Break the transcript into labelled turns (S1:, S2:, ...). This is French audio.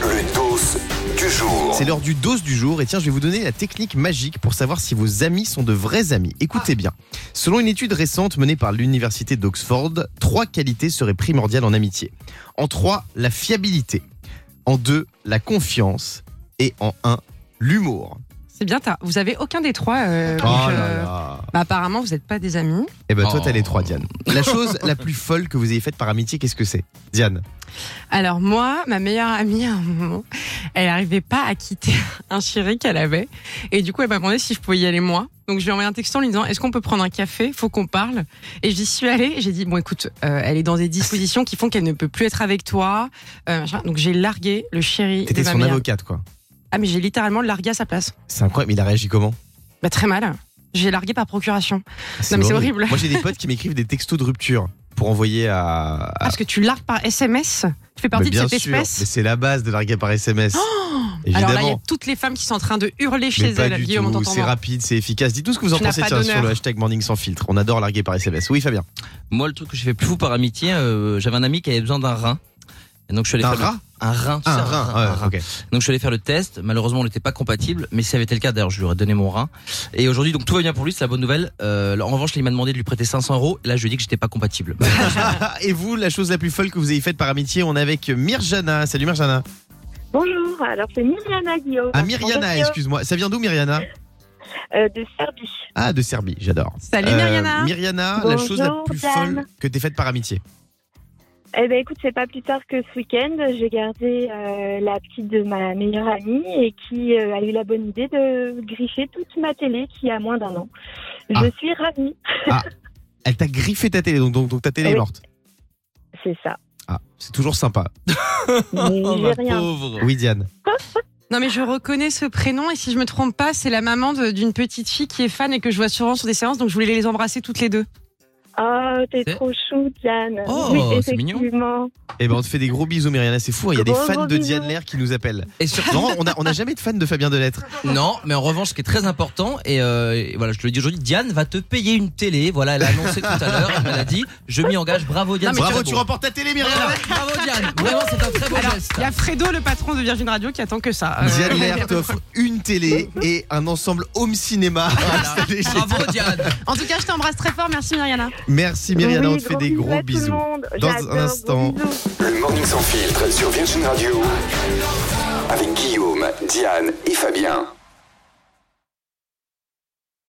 S1: Le dos du jour.
S2: C'est l'heure du dose du jour et tiens, je vais vous donner la technique magique pour savoir si vos amis sont de vrais amis.
S3: Ah.
S2: Écoutez bien. Selon une étude récente menée par l'université d'Oxford, trois qualités seraient primordiales en amitié. En trois, la fiabilité. En deux, la confiance. Et en un, l'humour.
S3: C'est bien tard. Vous avez aucun des trois. euh,
S2: Ah,
S3: donc, euh,
S2: là.
S3: bah, apparemment, vous n'êtes pas des amis.
S2: Eh ben toi,
S4: Oh.
S2: t'as les trois, Diane. La chose la plus folle que vous ayez faite par amitié, qu'est-ce que c'est, Diane
S3: Alors moi, ma meilleure amie à un moment, elle n'arrivait pas à quitter un chéri qu'elle avait. Et du coup, elle m'a demandé si je pouvais y aller moi. Donc je lui ai envoyé un texte en lui disant est-ce qu'on peut prendre un café Faut qu'on parle. Et j'y suis allée. et J'ai dit bon écoute, euh, elle est dans des dispositions qui font qu'elle ne peut plus être avec toi. euh, machin. Donc j'ai largué le chéri de
S2: T'étais
S3: ma
S2: son
S3: meilleure.
S2: avocate, quoi.
S3: Ah mais j'ai littéralement largué à sa place.
S2: C'est incroyable. Il a réagi comment
S3: Bah très mal. J'ai largué par procuration.
S2: Ah,
S3: Non, mais c'est horrible.
S2: Moi, j'ai des potes qui m'écrivent des textos de rupture pour envoyer à.
S3: Ah,
S2: à-
S3: parce que tu largues par SMS. Tu fais
S2: Mais
S3: partie de
S2: bien
S3: cette
S2: sûr,
S3: espèce. Oh
S2: mais c'est la base de larguer par SMS. Évidemment.
S3: Alors là, il y a toutes les femmes qui sont en train de hurler chez
S2: mais pas
S3: elles,
S2: du
S3: Guillaume, en
S2: tout.
S3: t'entendant.
S2: C'est rapide, c'est efficace. Dites tout ce que vous en
S3: Tu n'as
S2: pensez
S3: pas
S2: tiens, sur
S3: d'honneur.
S2: le hashtag Morning sans filtre. On adore larguer par SMS. Oui, Fabien.
S4: Moi, le truc que j'ai fait plus fou par amitié, euh, j'avais un ami qui avait besoin d'un rein. Et donc je suis allé
S2: Un
S4: faire le-
S2: rat
S4: un rein, tu
S2: Ah,
S4: sais,
S2: Un rein. Ah,
S4: un rein.
S2: ok.
S4: Donc je suis allé faire le test. Malheureusement, on n'était pas compatible, mais si ça avait été le cas, d'ailleurs, je lui aurais donné mon rein. Et aujourd'hui, donc tout va bien pour lui, c'est la bonne nouvelle. Euh, en revanche, là, il m'a demandé de lui prêter 500 euros. Là, je lui ai dit que j'étais pas compatible.
S3: ah.
S2: Et vous, la chose la plus folle que vous ayez faite par amitié, on est avec Mirjana. Salut Mirjana.
S5: Bonjour, alors c'est Myriana Guillaume.
S2: Ah, Mirjana,
S5: Bonjour,
S2: excuse-moi. Ça vient d'où, Mirjana
S5: euh, De Serbie.
S2: Ah, de Serbie, j'adore.
S3: Salut
S2: Euh,
S3: Myriana
S2: Myriana, la chose la
S5: Bonjour,
S2: plus
S5: Dan.
S2: folle que t'aies faite par amitié.
S5: Eh ben écoute, c'est pas plus tard que ce week-end, j'ai gardé euh, la petite de ma meilleure amie et qui euh, a eu la bonne idée de griffer toute ma télé qui a moins d'un an. Je
S2: Ah.
S5: suis ravie,
S2: Elle t'a griffé ta télé, donc, donc, donc ta télé est
S5: Oui.
S2: morte.
S5: c'est ça.
S2: Ah, c'est toujours sympa.
S5: Mais
S2: Oh,
S5: j'ai rien.
S4: Oh, pauvre.
S2: Oui, Diane.
S3: Non mais je reconnais ce prénom et si je me trompe pas, c'est la maman de- d'une petite fille qui est fan et que je vois souvent sur des séances, donc je voulais les embrasser toutes les deux.
S5: Oh, t'es
S4: C'est-
S5: trop chou, Diane.
S4: Oh,
S5: oui,
S4: c'est mignon.
S5: effectivement.
S2: Eh ben, on te fait des gros bisous, Myriana. C'est fou, hein, il y a des
S5: Gros,
S2: fans
S5: gros
S2: de
S5: bisous.
S2: Diane Lair qui nous appellent.
S4: Et sur-
S2: Non, on n'a on a jamais de fans de Fabien Delettre.
S4: Non, mais en revanche, ce qui est très important, et, euh, et voilà, je te le dis aujourd'hui, Diane va te payer une télé. Voilà, elle a annoncé tout à l'heure, elle a dit, je m'y engage, bravo Diane. c'est
S2: Bravo,
S4: très
S2: tu
S4: beau.
S2: remportes ta télé, Myriana.
S4: Bravo, bravo, Diane, vraiment, c'est un très beau
S3: Alors,
S4: geste.
S3: il y a Fredo, le patron de Virgin Radio, qui attend que ça. Euh,
S2: Diane Lair t'offre une télé et un ensemble home cinéma.
S4: Voilà. Bravo Diane.
S3: En tout cas, je t'embrasse très fort, merci Myriana.
S2: Merci Myriana,
S5: Oui,
S2: on te fait des gros
S5: à tout
S2: bisous.
S5: le monde.
S2: Dans un
S5: J'adore, gros
S2: instant.
S5: bisous.
S1: Le Morning sans filtre sur Virgin Radio. Avec Guillaume, Diane et Fabien.